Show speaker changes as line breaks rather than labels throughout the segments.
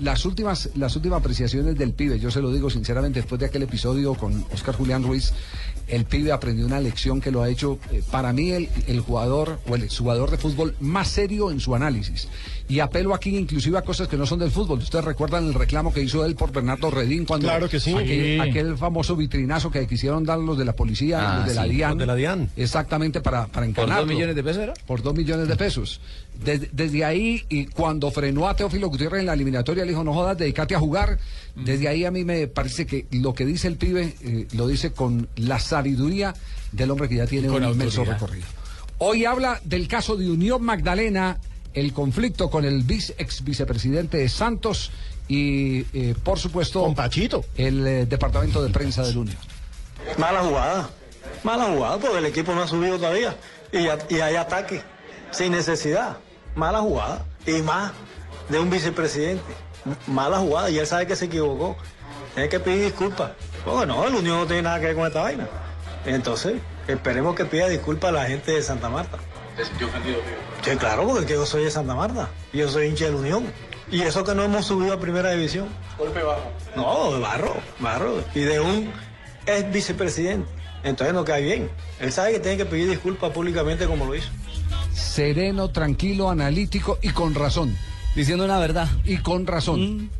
las últimas, las últimas apreciaciones del pibe, yo se lo digo sinceramente, después de aquel episodio con Oscar Julián Ruiz, el pibe aprendió una lección que lo ha hecho, eh, para mí, el, el, jugador o el jugador de fútbol más serio en su análisis. Y apelo aquí inclusive a cosas que no son del fútbol. Ustedes recuerdan el reclamo que hizo él por Bernardo Redín cuando
claro que sí.
aquel, aquel, famoso vitrinazo que quisieron dar los de la policía, ah, los de, sí, la DIAN, los
de la DIAN.
Exactamente, para, para encarnarlo.
¿Por dos millones de pesos era?
Por dos millones de pesos. Desde, desde ahí, y cuando frenó a Teófilo Gutiérrez en la eliminatoria, le dijo, no jodas, dedícate a jugar. Desde ahí a mí me parece que lo que dice el pibe eh, lo dice con la sabiduría del hombre que ya tiene con un inmenso recorrido. Hoy habla del caso de Unión Magdalena, el conflicto con el vice, ex vicepresidente de Santos y, eh, por supuesto,
con Pachito.
el eh, departamento de prensa del Unión.
Mala jugada, mala jugada, porque el equipo no ha subido todavía y, a, y hay ataque sin necesidad. Mala jugada y más de un vicepresidente. Mala jugada y él sabe que se equivocó. Tiene que pedir disculpas. Porque no, el Unión no tiene nada que ver con esta vaina. Entonces, esperemos que pida disculpas a la gente de Santa Marta.
¿Te sintió ofendido,
tío? Sí, claro, porque yo soy de Santa Marta. Yo soy hincha del Unión. Y eso que no hemos subido a primera división.
Golpe bajo.
No, barro, barro. Y de un ex vicepresidente. Entonces no cae bien. Él sabe que tiene que pedir disculpas públicamente como lo hizo.
Sereno, tranquilo, analítico y con razón.
Diciendo una verdad.
Y con razón. Mm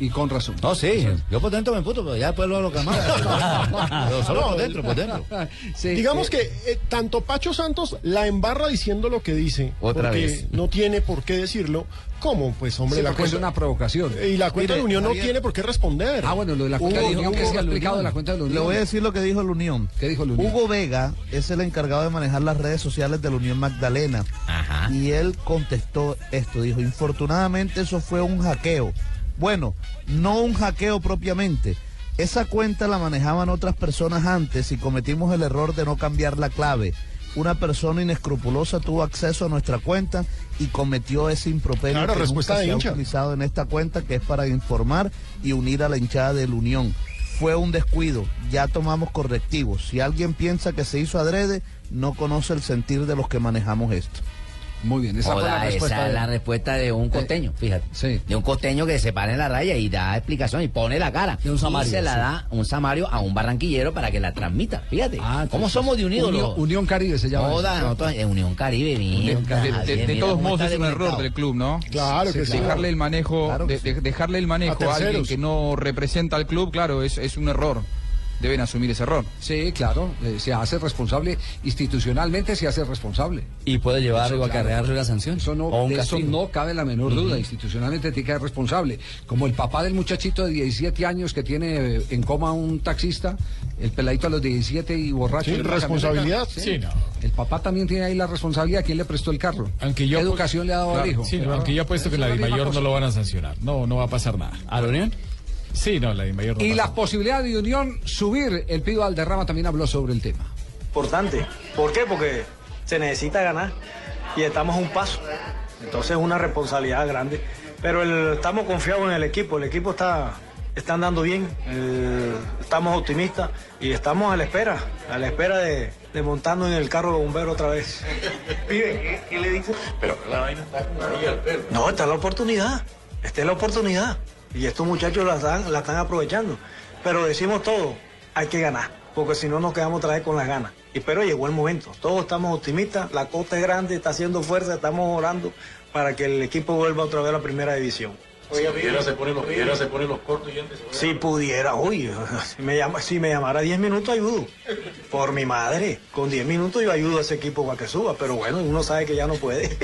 y con razón.
No, sí, sí, yo por dentro me puto, pero ya después lo hago calmado. solo por dentro, por dentro.
Ah,
Sí, Digamos sí. que eh, tanto Pacho Santos la embarra diciendo lo que dice,
Otra
porque
vez.
no tiene por qué decirlo, como pues hombre la
cuenta es una provocación.
Y la cuenta Mire, de la Unión no había... tiene por qué responder.
Ah, bueno, lo de la cuenta Hugo, de la Unión Hugo, que se ha explicado de la cuenta de la Unión.
Le voy a decir lo que dijo la Unión.
¿Qué dijo la Unión?
Hugo Vega es el encargado de manejar las redes sociales de la Unión Magdalena. Ajá. Y él contestó esto, dijo, "Infortunadamente eso fue un hackeo." Bueno, no un hackeo propiamente. Esa cuenta la manejaban otras personas antes y cometimos el error de no cambiar la clave. Una persona inescrupulosa tuvo acceso a nuestra cuenta y cometió ese improperio
claro,
que
respuesta
nunca
de
se
hincha.
ha utilizado en esta cuenta que es para informar y unir a la hinchada de la Unión. Fue un descuido, ya tomamos correctivos. Si alguien piensa que se hizo adrede, no conoce el sentir de los que manejamos esto.
Muy bien, esa, Hola, fue la respuesta esa de... es la respuesta de un costeño, eh, fíjate. Sí. De un costeño que se para en la raya y da explicación y pone la cara.
De un samario.
Y se la da un samario a un barranquillero para que la transmita, fíjate. Ah, ¿Cómo somos de unidos?
Unión, Unión, Caribe se llama.
Toda, no, toda, Unión Caribe, mira,
De, de, de mira, todos modos es un error del club, ¿no?
Claro que sí.
Dejarle claro. el manejo, claro sí. dejarle el manejo a, a, alguien que no representa al club, claro, es, es un error deben asumir ese error.
Sí, claro, eh, se hace responsable, institucionalmente se hace responsable.
Y puede llevar o acarrearle claro, la sanción.
Eso no, o un eso no cabe la menor duda, uh -huh. institucionalmente tiene que ser responsable. Como el papá del muchachito de 17 años que tiene eh, en coma un taxista, el peladito a los 17 y borracho.
Sí, responsabilidad.
Sí. sí no. El papá también tiene ahí la responsabilidad, ¿quién le prestó el carro?
Aunque yo
¿Qué educación le ha dado
claro,
al hijo?
Sí, no, aunque yo apuesto que la de mayor cosa. no lo van a sancionar, no, no va a pasar nada.
¿A la Unión?
Sí, no, la mayor
no Y la posibilidad de Unión subir el pido al derrama también habló sobre el tema.
Importante. ¿Por qué? Porque se necesita ganar y estamos a un paso. Entonces es una responsabilidad grande. Pero el, estamos confiados en el equipo. El equipo está, está andando bien. El, estamos optimistas y estamos a la espera, a la espera de, de montarnos en el carro de bomberos otra vez.
¿qué, ¿qué, le dices? Pero la vaina está ahí al perro.
No, esta es la oportunidad. Esta es la oportunidad y estos muchachos la están, la están aprovechando. Pero decimos todo, hay que ganar, porque si no nos quedamos otra vez con las ganas. Y pero llegó el momento, todos estamos optimistas, la costa es grande, está haciendo fuerza, estamos orando para que el equipo vuelva otra vez a la primera división.
Oiga, si pudiera, se ponen los, pudiera, se ponen los cortos y antes
se Si pudiera, oye, si me, llama, si me llamara 10 minutos, ayudo. Por mi madre, con 10 minutos yo ayudo a ese equipo para que suba, pero bueno, uno sabe que ya no puede.